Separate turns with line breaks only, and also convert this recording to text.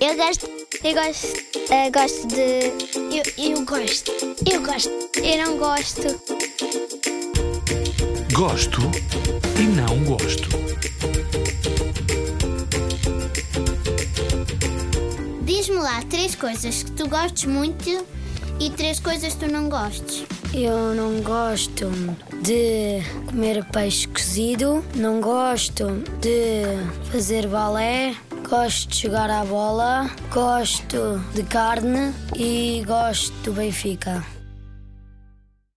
Eu gosto. Eu gosto. eh, gosto de. Eu, eu gosto. Eu gosto. Eu não gosto.
Gosto e não gosto.
Diz-me lá três coisas que tu gostes muito e três coisas que tu não gostes.
Eu não gosto de comer peixe cozido, não gosto de fazer balé, gosto de jogar à bola, gosto de carne e gosto do Benfica.